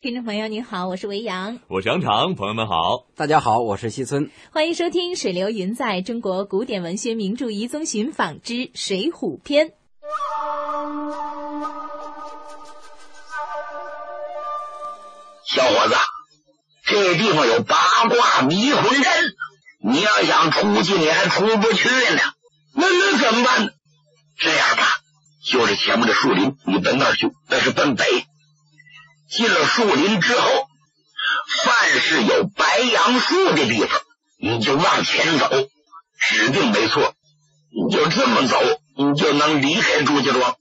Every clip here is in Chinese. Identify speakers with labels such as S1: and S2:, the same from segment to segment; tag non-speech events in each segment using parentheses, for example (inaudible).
S1: 听众朋友您好，我是维扬，
S2: 我是杨常，朋友们好。
S3: 大家好，我是西村。
S1: 欢迎收听《水流云在中国古典文学名著遗踪寻访之水浒篇》。
S4: 小伙子，这地方有八卦迷魂阵，你要想出去，你还出不去呢。那那怎么办呢？这样吧，就是前面的树林，你奔那儿去，那是奔北。进了树林之后，凡是有白杨树的地方，你就往前走，指定没错。你就这么走，你就能离开朱家庄。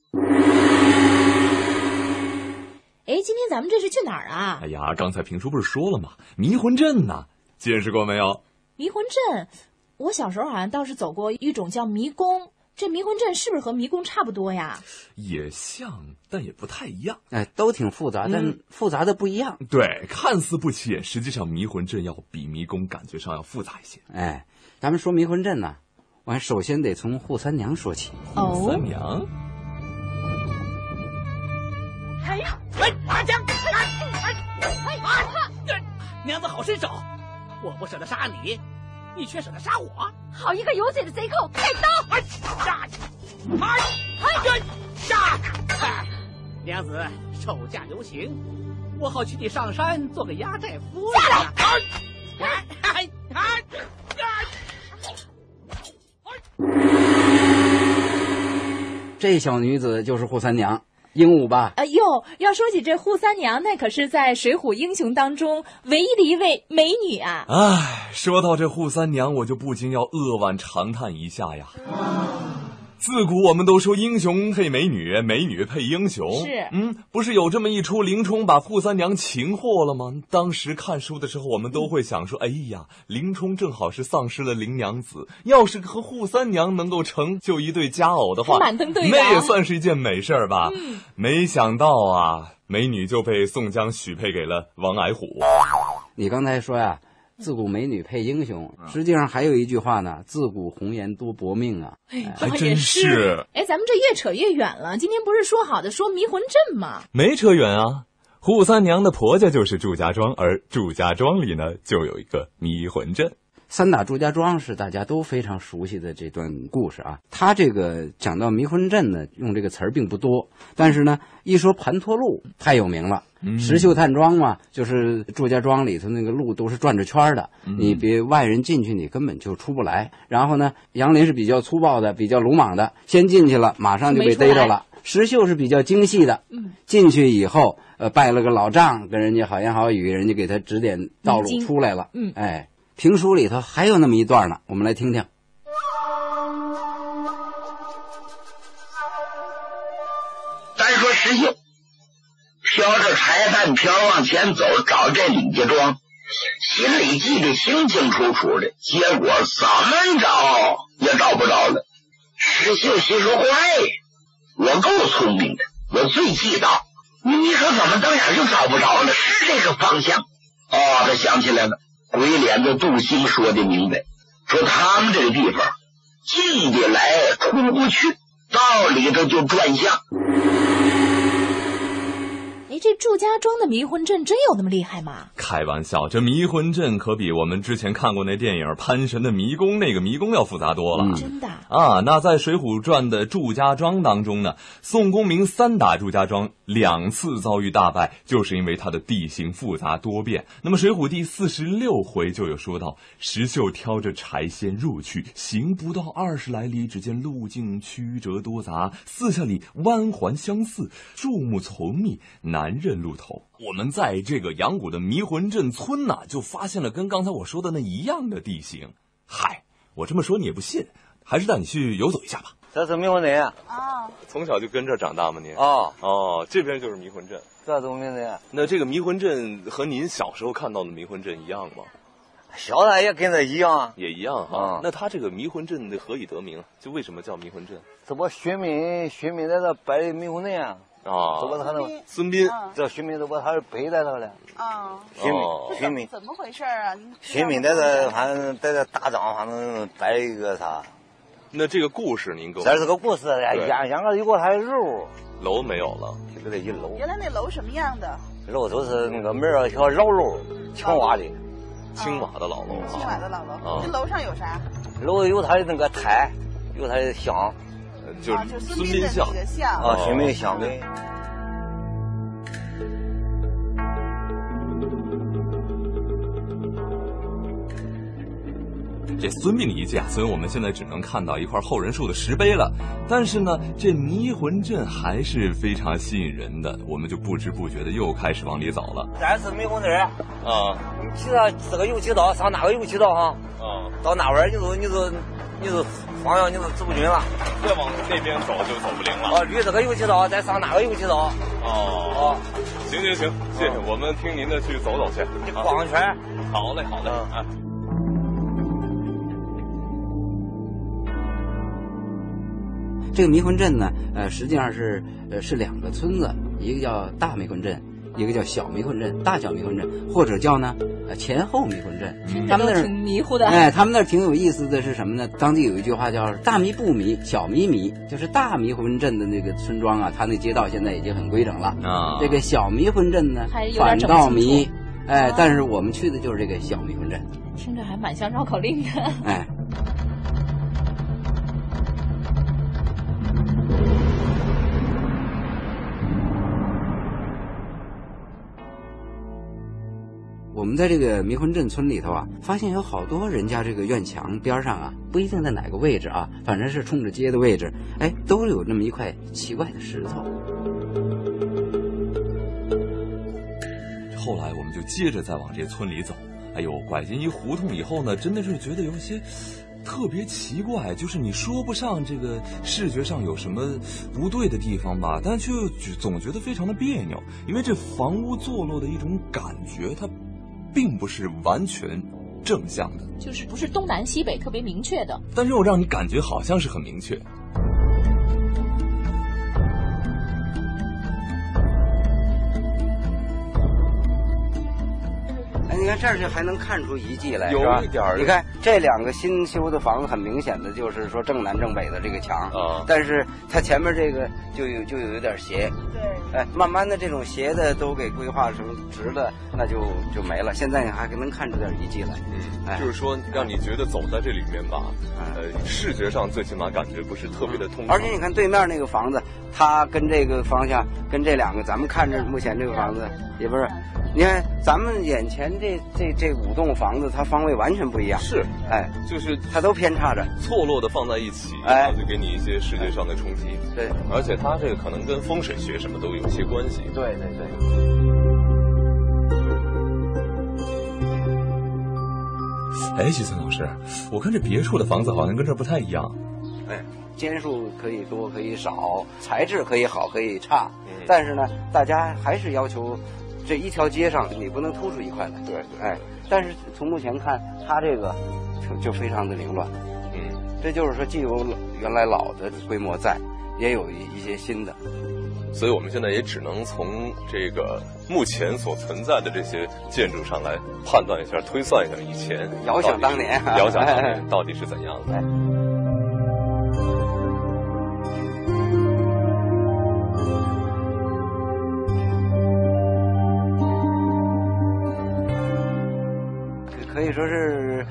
S1: 哎，今天咱们这是去哪儿啊
S2: 哎？呀，刚才评书不是说了吗？迷魂阵呐、见识过没有？
S1: 迷魂阵，我小时候好像倒是走过一种叫迷宫，这迷魂阵是不是和迷宫差不多呀？
S2: 也像，但也不太一样。
S3: 哎，都挺复杂，但复杂的不一样。
S2: 对，看似不起眼，实际上迷魂阵要比迷宫感觉上要复杂一些。
S3: 哎，咱们说迷魂阵呢、我还首先得从扈三娘说起。
S1: 哦
S2: 三，娘，
S5: 哎呀，哎，阿江，哎，哎，哎，啊！娘子好身手，我不舍得杀你，你却舍得杀我。
S6: 好一个有嘴的贼寇！开刀！
S5: 哎，杀！哎，哎，杀！哎，娘子手下留情，我好娶你上山做个压寨夫人。下来！哎，哎，哎，哎！
S3: 这小女子就是扈三娘，鹦鹉吧？
S1: 哎呦，要说起这扈三娘，那可是在《水浒英雄》当中唯一的一位美女啊！
S2: 唉，说到这扈三娘，我就不禁要扼腕长叹一下呀。自古我们都说英雄配美女，美女配英雄。
S1: 是
S2: 嗯，不是有这么一出林冲把扈三娘擒获了吗？当时看书的时候，我们都会想说，哎呀，林冲正好是丧失了林娘子，要是和扈三娘能够成就一对佳偶的话，
S1: 满登对啊嗯
S2: 那
S1: 郎
S2: 也算是一件美事儿吧。没想到啊，美女就被宋江许配给了王矮虎。
S3: 你刚才说呀、自古美女配英雄，实际上还有一句话呢：自古红颜多薄命啊。
S2: 哎还
S1: 倒
S2: 真
S1: 也
S2: 是。
S1: 哎，咱们这越扯越远了。今天不是说好的说迷魂阵吗？
S2: 没扯远啊。扈三娘的婆家就是祝家庄，而祝家庄里呢就有一个迷魂阵。
S3: 三打祝家庄是大家都非常熟悉的这段故事啊。他这个讲到迷魂阵呢，用这个词儿并不多，但是呢，一说盘托路太有名了。石秀探庄嘛，就是祝家庄里头那个路都是转着圈儿的，你别外人进去，你根本就出不来。然后呢，杨林是比较粗暴的，比较鲁莽的，先进去了，马上就被逮着了。石秀是比较精细的，进去以后，呃，拜了个老丈，跟人家好言好语，人家给他指点道
S1: 嗯
S3: 路
S1: 经
S3: 出来了。
S1: 嗯
S3: 哎，评书里头还有那么一段呢，我们来听听。
S4: 单说石秀，挑着柴担瓢往前走，找这李家庄，心里记得清清楚楚的，结果怎么找也找不着了。石秀心说：“坏，我够聪明的，我最记道。你说怎么瞪眼就找不着了？是这个方向。”哦，他想起来了，鬼脸子杜兴说的明白，说他们这个地方进得来出不去，到里头就转向。
S1: 哎，这祝家庄的迷魂阵真有那么厉害吗？
S2: 开玩笑，这迷魂阵可比我们之前看过那电影《潘神的迷宫》那个迷宫要复杂多了。
S3: 嗯
S1: 真的啊？
S2: 啊，那在《水浒传》的祝家庄当中呢，宋公明三打祝家庄，两次遭遇大败，就是因为它的地形复杂多变。那么《水浒》第四十六回就有说到，石秀挑着柴先入去，行不到二十来里，只见路径曲折多杂，四下里弯环相似，树木丛密，难认路头。我们在这个阳谷的迷魂阵村呐、就发现了跟刚才我说的那一样的地形。嗨，我这么说你也不信，还是带你去游走一下吧。
S7: 这是迷魂阵啊！
S2: 从小就跟这儿长大吗？您？
S7: 哦，
S2: 哦，这边就是迷魂阵。
S7: 这东西呢，
S2: 那这个迷魂阵和您小时候看到的迷魂阵一样吗？
S7: 小的也跟这一样啊。
S2: 也一样
S7: 啊
S2: 那它这个迷魂阵的何以得名？就为什么叫迷魂阵
S7: 这不寻觅寻觅在这白的迷魂阵啊，
S2: 啊
S7: 这不他那
S2: 孙膑
S8: 嗯
S7: 这寻觅这不他是白在这了，
S8: 啊，
S7: 寻
S2: 哦
S7: 觅寻觅
S8: 怎么回事儿啊？
S7: 寻觅在这反正在这大帐反正摆一个啥，
S2: 那这个故事您给我
S7: 这是个故事，哎
S2: 对
S7: 养养个有个还肉，
S2: 楼没有了，
S7: 就给他一搂，
S8: 原来那楼什么样的？
S7: 漏都是那个门儿叫老漏，
S8: 嗯
S7: 青瓦的，
S8: 哦
S2: 青瓦的老楼
S8: 青
S2: 啊，
S8: 瓦的老楼，
S2: 啊
S8: 这楼上有啥？
S7: 楼有它的那个台，有它的香
S2: 呃就
S8: 啊，
S2: 是
S8: 就
S2: 孙
S8: 膑的
S2: 膑像
S8: 那。个像，
S7: 啊，水门香的。
S2: 这孙膑的遗迹啊，虽然我们现在只能看到一块后人树的石碑了，但是呢，这迷魂阵还是非常吸引人的，我们就不知不觉的又开始往里走了
S7: 咱是湄公子人，
S2: 啊
S7: 你去到这个右渠道，上哪个右渠道哈？
S2: 啊！
S7: 到哪玩儿你就你就你就方向你就知不准了。
S2: 再往那边走就走不灵
S7: 啊，捋这个右渠道，再上哪个右渠道？
S2: 哦，
S7: 啊，
S2: 行行行，谢谢，我们听您的去走走去。啊
S7: 你逛一圈儿。
S2: 好嘞，好嘞啊！
S3: 这个迷魂阵呢，呃，实际上是呃是两个村子，一个叫大迷魂阵，一个叫小迷魂阵，大小迷魂阵，或者叫呢呃前后迷魂阵。
S2: 嗯
S3: 他们
S1: 都
S3: 那儿
S1: 挺迷糊的。
S3: 哎，他们那儿挺有意思的是什么呢？当地有一句话叫“大迷不迷，小迷迷”，就是大迷魂阵的那个村庄啊，它那街道现在已经很规整了。
S2: 啊，
S3: 这个小迷魂阵呢
S1: 还有，点
S3: 反
S1: 整
S3: 倒
S1: 清
S3: 迷
S1: 楚，
S3: 哎
S1: 啊，
S3: 但是我们去的就是这个小迷魂阵，
S1: 听着还蛮像绕口令啊的。
S3: 哎。我们在这个迷魂阵村里头啊，发现有好多人家这个院墙边上啊，不一定在哪个位置啊，反正是冲着街的位置，哎，都有那么一块奇怪的石头。
S2: 后来我们就接着再往这村里走。哎呦，拐进一胡同以后呢，真的是觉得有一些特别奇怪，就是你说不上这个视觉上有什么不对的地方吧，但却觉总觉得非常的别扭，因为这房屋坐落的一种感觉，它并不是完全正向的，
S1: (laughs) 就是不是东南西北特别明确的，
S2: 但是又让你感觉好像是很明确。
S3: 哎，你看这儿就还能看出遗迹来，
S2: 哎有
S3: 是吧
S2: 一点儿
S3: 你看这两个新修的房子，很明显的就是说正南正北的这个墙，
S2: 啊
S3: 但是它前面这个就有就有一点斜，
S8: 对。
S3: 哎，慢慢的这种斜的都给规划成直的，那就就没了。现在你还能看出点遗迹来，哎
S2: 嗯就是说，让你觉得走在这里面吧，
S3: 嗯
S2: 呃，视觉上最起码感觉不是特别的通畅。
S3: 而且你看对面那个房子，它跟这个方向，跟这两个咱们看着目前这个房子也不是，你看咱们眼前这这这五栋房子，它方位完全不一样，
S2: 是，
S3: 哎，
S2: 就是
S3: 它都偏差着，
S2: 错落的放在一起，
S3: 哎
S2: 然后就给你一些视觉上的冲击。
S3: 对
S2: 而且它这个可能跟风水学什么都有一些关系。
S3: 对对对。
S2: 哎，徐森老师，我看这别处的房子好像跟这不太一样。
S3: 哎，间数可以多可以少，材质可以好可以差，
S2: 嗯
S3: 但是呢，大家还是要求这一条街上你不能突出一块来。对，哎，但是从目前看，它这个就就非常的凌乱。
S2: 嗯，
S3: 这就是说，既有老原来老的规模在，也有一一些新的。
S2: 所以我们现在也只能从这个目前所存在的这些建筑上来判断一下、推算一下以前
S3: 遥想当年啊哎
S2: 到底是遥想当
S3: (laughs)
S2: 年到底是怎样的。
S3: 可可以说是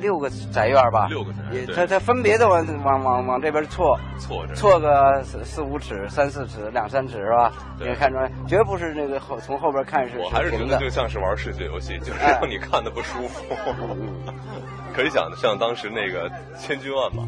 S3: 六个宅院吧，
S2: 六个宅院
S3: 也
S2: 对
S3: 它它分别的往往往往这边错，
S2: 错着
S3: 错个四四五尺、三四尺、两三尺是吧？
S2: 对
S3: 也看出来，绝不是那个后从后边看是
S2: 我还是觉
S3: 平
S2: 得
S3: 的。
S2: 就像是玩视觉游戏，就是
S3: 哎
S2: 让你看的不舒
S3: (laughs)
S2: 服。可以想象当时那个千军万马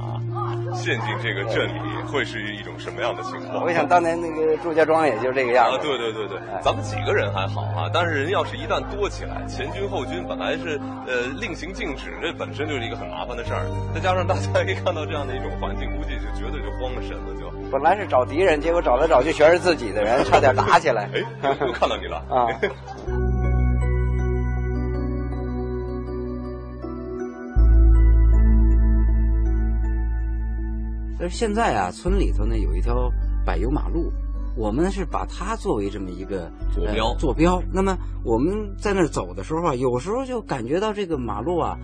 S2: 陷进这个阵里，会是一种什么样的情况？
S3: 我想当年那个祝家庄也就这个样
S2: 啊，
S3: 子。
S2: 对对对对
S3: 哎，
S2: 咱们几个人还好啊，但是人要是一旦多起来，前军后军本来是呃令行禁止，这本身就是一个很麻烦的事儿，再加上大家一看到这样的一种环境，估计就绝对就慌了神了，就
S3: 本来是找敌人，结果找来找去全是自己的人，差点打起来。
S2: 哎，又又看到你了
S3: (laughs) 啊！但是现在啊，村里头呢有一条柏油马路，我们是把它作为这么一个
S2: 坐
S3: 呃
S2: 标
S3: 坐标。那么我们在那儿走的时候啊，有时候就感觉到这个马路啊，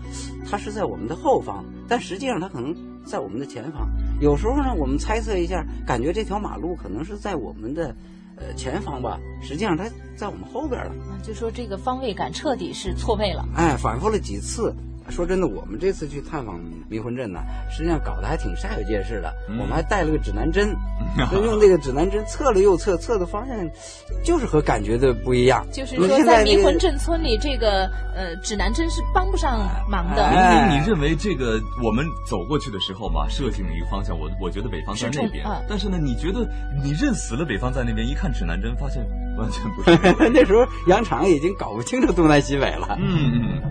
S3: 它是在我们的后方，但实际上它可能在我们的前方。有时候呢，我们猜测一下，感觉这条马路可能是在我们的呃前方吧，实际上它在我们后边了。
S1: 啊就说这个方位感彻底是错位了。
S3: 哎，反复了几次。说真的，我们这次去探访迷魂阵呢，实际上搞得还挺煞有介事的。
S2: 嗯
S3: 我们还带了个指
S8: (laughs)
S3: 南针，就用这个指南针测了又测，测的发现就是和感觉的不一样。
S1: 就是
S3: 我们
S1: 说，
S3: 现
S1: 在
S3: 那
S1: 迷
S3: 个
S1: 魂镇村里，这个呃指南针是帮不上忙的。
S3: 哎
S2: 明明，你认为这个我们走过去的时候嘛，设定了一个方向，我我觉得北方在
S1: 是
S2: 那
S1: 冲
S2: 边
S1: 嗯，
S2: 但是呢，你觉得你认死了北方在那边，一看指南针，发现完全不
S3: (laughs)
S2: 是。
S3: (laughs) 那时候羊场已经搞不清楚东南西北了。
S2: 嗯嗯，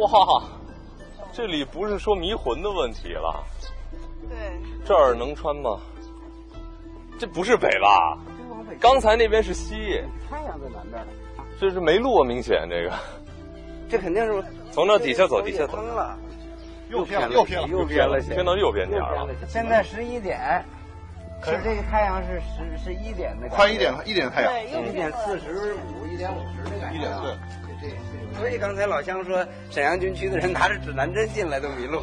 S8: 哇，这里不是说迷魂的问题了，
S9: 对，
S8: 这儿能穿吗？这不是北吧？
S9: 就往北。
S8: 刚才那边是西，
S3: 太阳在南边了，
S8: 这是没路啊，明显这个。
S3: 这肯定是
S8: 从那底下走，底下走，
S3: 了，
S7: 又偏了，
S3: 又
S7: 又
S3: 偏了
S7: 偏了，
S3: 又
S8: 偏
S3: 偏了些
S8: 偏到右边点儿了。
S3: 现在十一点，是这个太阳是十十一点的，
S7: 快一点，一点太阳，
S9: 对，又
S3: 一点四十五、一点五十的感
S7: 一
S3: 觉。啊
S7: 点对。
S3: 所以刚才老乡说，沈阳军区的人拿着指南针进来都迷路。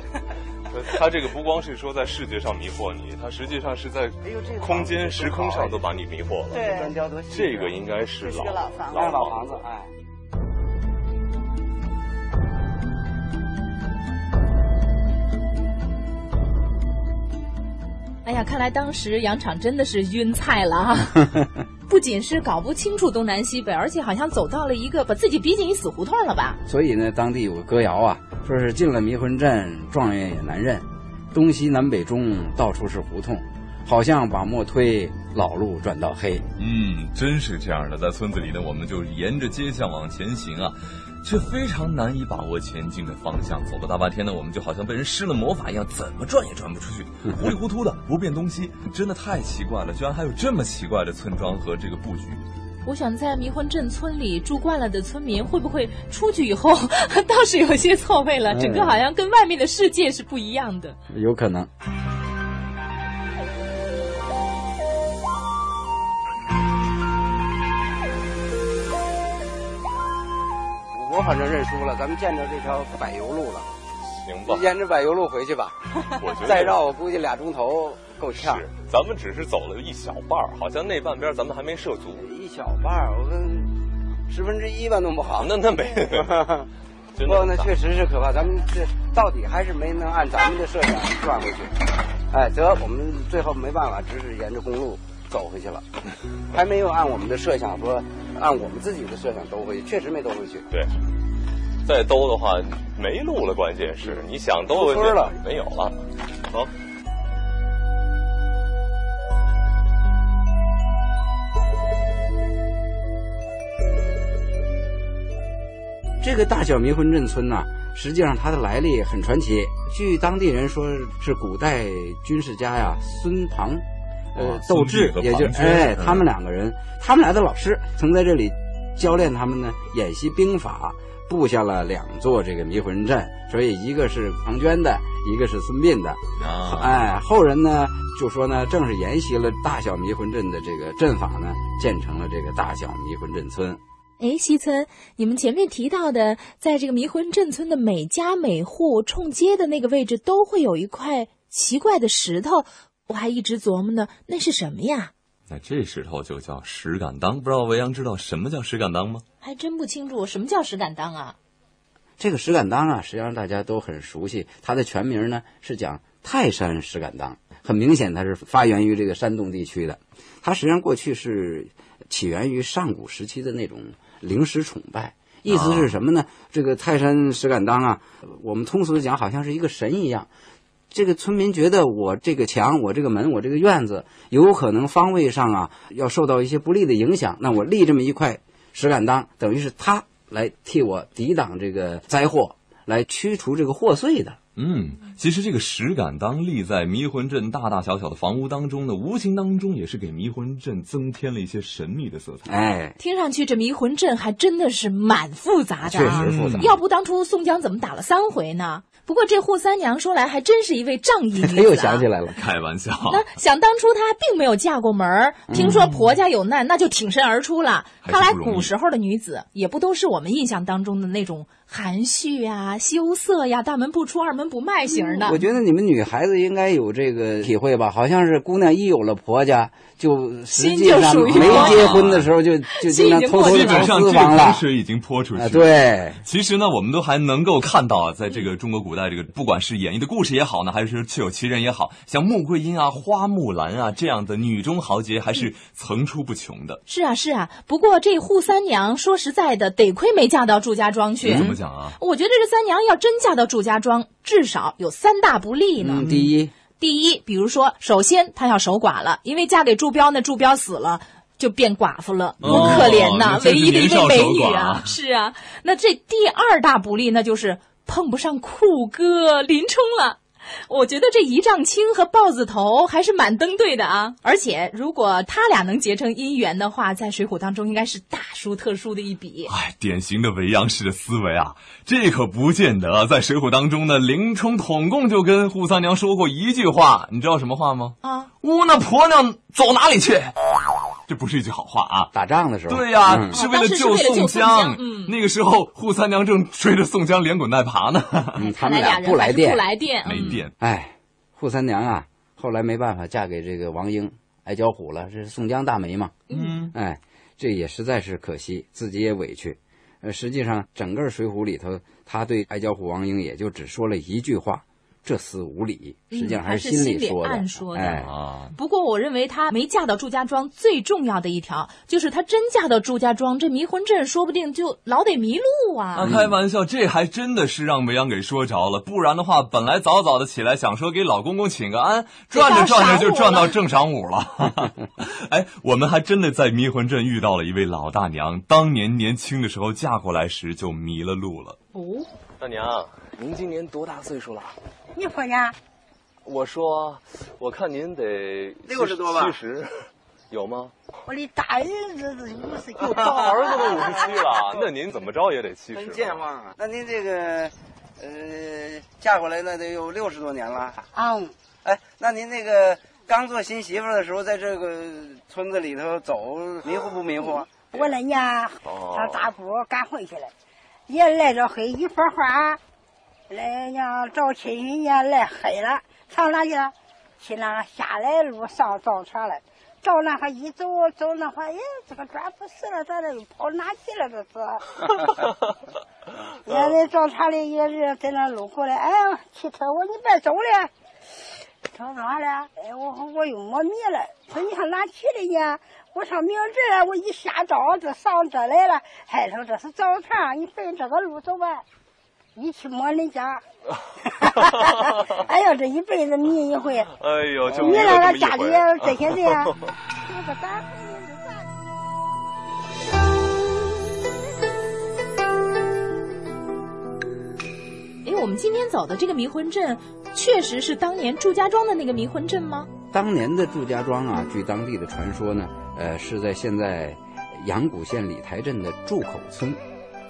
S8: 它这个不光是说在视觉上迷惑你，它实际上是在
S3: 哎呦这个
S8: 空间、时空上都把你迷惑了。
S9: 对
S3: 专雕多细致
S8: 这个应该是啊
S9: 这是
S8: 老
S9: 个老房子
S3: 哎老
S8: 房
S3: 房子，哎，
S1: 哎呀，看来当时羊场真的是晕菜了哈、不仅是搞不清楚东南西北，而且好像走到了一个把自己逼进一死胡同了吧？
S3: 所以呢，当地有个歌谣啊，说是进了迷魂阵，状元也难认，东西南北中，到处是胡同，好像把磨推，老路转到黑。
S2: 嗯，真是这样的。在村子里呢，我们就沿着街巷往前行啊，却非常难以把握前进的方向。走了大半天呢，我们就好像被人施了魔法一样，怎么转也转不出去，
S3: 嗯
S2: 糊里糊涂的，不辨东西，真的太奇怪了。居然还有这么奇怪的村庄和这个布局。
S1: 我想在迷魂镇村里住惯了的村民，会不会出去以后 (laughs) 倒是有些错位了？整个好像跟外面的世界是不一样的。
S3: 有可能。我反正认输了，咱们见着这条柏油路了，
S8: 行吧？
S3: 沿着柏油路回去吧。
S8: 我觉得
S3: 再绕我估计俩钟头够呛。
S8: 是，咱们只是走了一小半儿，好像那半边咱们还没涉足。
S3: 一小半儿，我跟十分之一吧弄不好。
S8: 那那没，
S7: (laughs)
S3: 不
S8: 真
S3: 过呢
S8: 的，
S3: 确实是可怕。咱们这到底还是没能按咱们的设想转回去。哎，得我们最后没办法，只是沿着公路走回去了，还没有按我们的设想说，按我们自己的设想兜回去，确实没兜回去。
S8: 对，再兜的话没路了，关键是
S2: 嗯
S8: 你想兜回
S3: 出
S8: 去
S3: 村了
S8: 没有了。好，
S3: 这个大小迷魂镇村呐、实际上它的来历很传奇。据当地人说，是古代军事家呀孙庞，呃
S2: 哦，
S3: 窦
S2: 孙膑
S3: 智
S2: 和，
S3: 也就
S2: 庞涓
S3: 哎，
S2: 嗯
S3: 他们两个人，他们俩的老师曾在这里教练他们呢演习兵法，布下了两座这个迷魂阵。所以一个是庞涓的，一个是孙膑的。
S2: 啊，
S3: 哎，后人呢就说呢，正是沿袭了大小迷魂阵的这个阵法呢，建成了这个大小迷魂阵村。
S1: 哎，西村，你们前面提到的，在这个迷魂镇村的每家每户冲街的那个位置，都会有一块奇怪的石头，我还一直琢磨呢，那是什么呀？
S2: 那这石头就叫石敢当。不知道维扬知道什么叫石敢当吗？
S1: 还真不清楚什么叫石敢当啊！
S3: 这个石敢当啊，实际上大家都很熟悉，它的全名呢是讲泰山石敢当。很明显，它是发源于这个山东地区的。它实际上过去是起源于上古时期的那种灵石崇拜。意思是什么呢？这个泰山石敢当啊，我们通俗的讲，好像是一个神一样。这个村民觉得我这个墙、我这个门、我这个院子有可能方位上啊要受到一些不利的影响，那我立这么一块石敢当，等于是他来替我抵挡这个灾祸，来驱除这个祸祟的。
S2: 嗯，其实这个石敢当立在迷魂阵大大小小的房屋当中呢，无形当中也是给迷魂阵增添了一些神秘的色彩。
S3: 哎，
S1: 听上去这迷魂阵还真的是蛮复杂的、
S3: 确
S1: 啊，
S3: 实复杂。
S1: 要不当初宋江怎么打了三回呢？不过这扈三娘说来还真是一位仗义女子、啊。
S3: (laughs) 他又想起来了，
S2: 开玩笑，
S3: 嗯
S1: 那想当初她并没有嫁过门儿，听说婆家有难，那就挺身而出了。
S2: 还
S1: 看来
S2: 是不容易。
S1: 古时候的女子也不都是我们印象当中的那种含蓄呀、羞涩呀、大门不出二门不迈型的。
S3: 嗯我觉得你们女孩子应该有这个体会吧，好像是姑娘一有了婆家，就实际
S1: 心
S3: 上
S1: 就属于
S3: 没结婚的时候就就经常偷偷
S2: 基
S3: 地
S2: 本上
S3: 投
S2: 这个
S3: 私房了
S2: 浑。水已经泼出去
S3: 啊，
S2: 了。
S3: 对，
S2: 其实呢，我们都还能够看到啊，在这个中国古代这个，不管是演绎的故事也好呢，还是确有其人也好，像穆桂英啊、花木兰啊这样的女中豪杰还是层出不穷的。
S1: 是啊，是啊。不过这扈三娘说实在的，得亏没嫁到祝家庄去。
S2: 怎么讲啊？
S1: 我觉得这三娘要真嫁到祝家庄，至少有三大不利呢。
S3: 嗯，第一，
S1: 第一，比如说，首先她要守寡了，因为嫁给祝彪，那祝彪死了。就变寡妇了，多
S2: 哦
S1: 可怜呐！
S2: 那真
S1: 唯
S2: 是
S1: 一的一
S2: 年少
S1: 位美
S2: 守
S1: 女
S2: 寡
S1: 啊
S2: 啊，
S1: 是啊。那这第二大不利，那就是碰不上酷哥林冲了。我觉得这一丈青和豹子头还是蛮登对的啊！而且如果他俩能结成姻缘的话，在《水浒》当中应该是大书特书的一笔。
S2: 哎，典型的维扬式的思维啊，这可不见得啊。在《水浒》当中呢，林冲统共就跟扈三娘说过一句话，你知道什么话吗？
S1: 啊，
S2: 呜，那婆娘走哪里去？这不是一句好话啊。
S3: 打仗的时候，
S2: 对呀、
S3: 嗯
S2: 是为了救
S1: 哦当时是为了救宋
S2: 宋
S1: 江
S2: 江。
S1: 嗯
S2: 那个时候扈三娘正追着宋江连滚带爬呢，
S3: 嗯，他
S1: 看来俩
S3: 们俩
S1: 人
S3: 不来
S1: 还是
S3: 电
S1: 不，来电，
S2: 没
S1: 嗯
S2: 电。
S3: 哎，扈三娘啊，后来没办法嫁给这个王英，矮脚虎了，这是宋江大梅嘛，
S2: 嗯，
S3: 哎，这也实在是可惜，自己也委屈。呃，实际上整个《水浒》里头，他对矮脚虎王英也就只说了一句话：“这厮无礼。”实际上
S1: 嗯还是
S3: 心
S1: 心里
S3: 说的，
S1: 暗说的哦
S3: 哎，
S2: 啊，
S1: 不过，我认为她没嫁到祝家庄最重要的一条，就是她真嫁到祝家庄，这迷魂阵说不定就老得迷路
S2: 那
S1: 啊。
S2: 开玩笑，这还真的是让维扬给说着了。不然的话，本来早早的起来想说给老公公请个安，转着转着就转到正晌午 (laughs) 了。哎，我们还真的在迷魂阵遇到了一位老大娘，当年年轻的时候嫁过来时就迷了路了。
S1: 哦，
S8: 大娘，您今年多大岁数了？
S9: 你说呀，
S8: 我说，我看您得
S7: 六十多吧
S8: 七十，有吗？
S9: 我的大儿子是五十
S8: 我
S2: (laughs)
S9: 九，
S8: 大儿子都五十七了，那您怎么着也得七十。
S7: 真健忘啊！那您这个，呃，嫁过来那得有六十多年了。
S9: 啊、嗯，
S7: 哎，那您那个刚做新媳妇儿的时候，在这个村子里头走，迷糊不迷糊啊？
S9: 我那年
S8: 哦
S9: 上大坡赶回去了，也来着黑一坡花，来呀找亲戚呀来黑了，上哪去了？去那下来路上造船了，照那还一走走那还，哎，这个砖不是了，咱这又跑哪去了？这是。原来找他的也是在那路过来，哎呀，汽车，我说你别走了，找啥了？哎，我我又没迷了，说你上哪去了呢？我上明这了，我一下找这上这来了，还说这是早上，你奔这个路走吧。一去摸人
S8: (laughs)
S9: 家，哎呀，这一辈子迷一回，
S8: 哎呦，就
S9: 迷
S8: 迷
S9: 了
S8: 了
S9: 俺
S8: 这么一
S9: 家里
S8: 回
S9: 也这些人
S8: (laughs)
S9: 啊，我说咱回去就咱。
S1: 哎，我们今天走的这个迷魂阵，确实是当年祝家庄的那个迷魂阵吗？
S3: 当年的祝家庄啊，据当地的传说呢，呃，是在现在阳谷县李台镇的祝口村。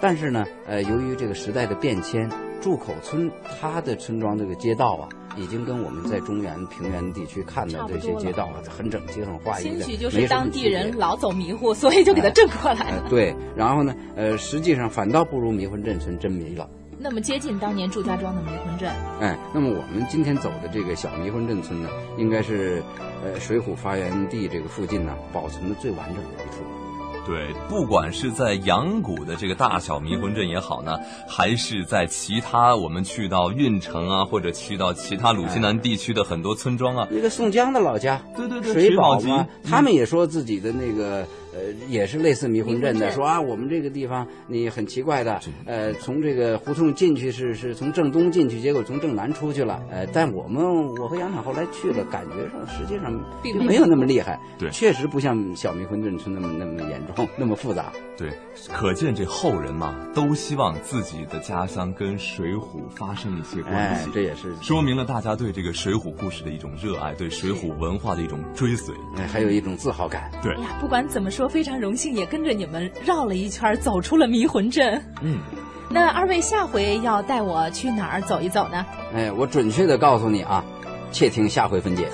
S3: 但是呢，呃，由于这个时代的变迁，祝口村它的村庄这个街道啊，已经跟我们在中原平原地区看
S1: 差
S3: 到
S1: 不
S3: 这些
S1: 多了
S3: 街道啊，很整齐、很划一
S1: 兴
S3: 的，
S1: 许就
S3: 没
S1: 是
S3: 什么
S1: 当
S3: 区
S1: 地
S3: 别
S1: 人老走迷糊，所以就给他正过来
S3: 呃
S1: 了，，
S3: 对，然后呢，呃，实际上反倒不如迷魂阵村真迷了。
S1: 那么接近当年祝家庄的迷魂阵。
S3: 哎，那么我们今天走的这个小迷魂阵村呢，应该是，呃，水浒发源地这个附近呢，保存的最完整的一处。
S2: 对，不管是在阳谷的这个大小迷魂阵也好呢，还是在其他我们去到运城啊，或者去到其他鲁西南地区的很多村庄啊，
S3: 那个宋江的老家，
S2: 对对对
S3: 水
S2: 宝
S3: 宝啊
S2: 集
S3: 嘛，
S2: 嗯
S3: 他们也说自己的那个，呃，也是类似迷魂阵
S1: 迷魂
S3: 的，
S1: 阵
S3: 说啊，我们这个地方你很奇怪的，呃，从这个胡同进去是是从正东进去，结果从正南出去了，呃，但我们我和杨淌后来去了，感觉上实际上
S1: 并
S3: 就
S1: 没
S3: 没有那么厉害，
S2: 对
S3: 确实不像小迷魂阵村那么那么严重，那么复杂。
S2: 对，可见这后人嘛，都希望自己的家乡跟《水浒》发生一些关
S3: 哎
S2: 系，，
S3: 这也是
S2: 说明了大家对这个《水浒》故事的一种热爱，对《水浒》文化的一种追随。
S3: 哎，还有一种自豪感。
S2: 对
S1: 哎，呀，不管怎么说，非常荣幸也跟着你们绕了一圈儿，走出了迷魂阵。
S2: 嗯，
S1: 那二位下回要带我去哪儿走一走呢？
S3: 哎，我准确的告诉你啊，且听下回分解。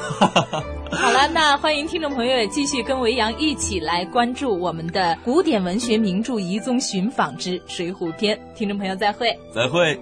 S1: 好了，那欢迎听众朋友也继续跟维扬一起来关注我们的古典文学名著《遗踪寻访之水浒篇》。听众朋友，再会。
S2: 再会。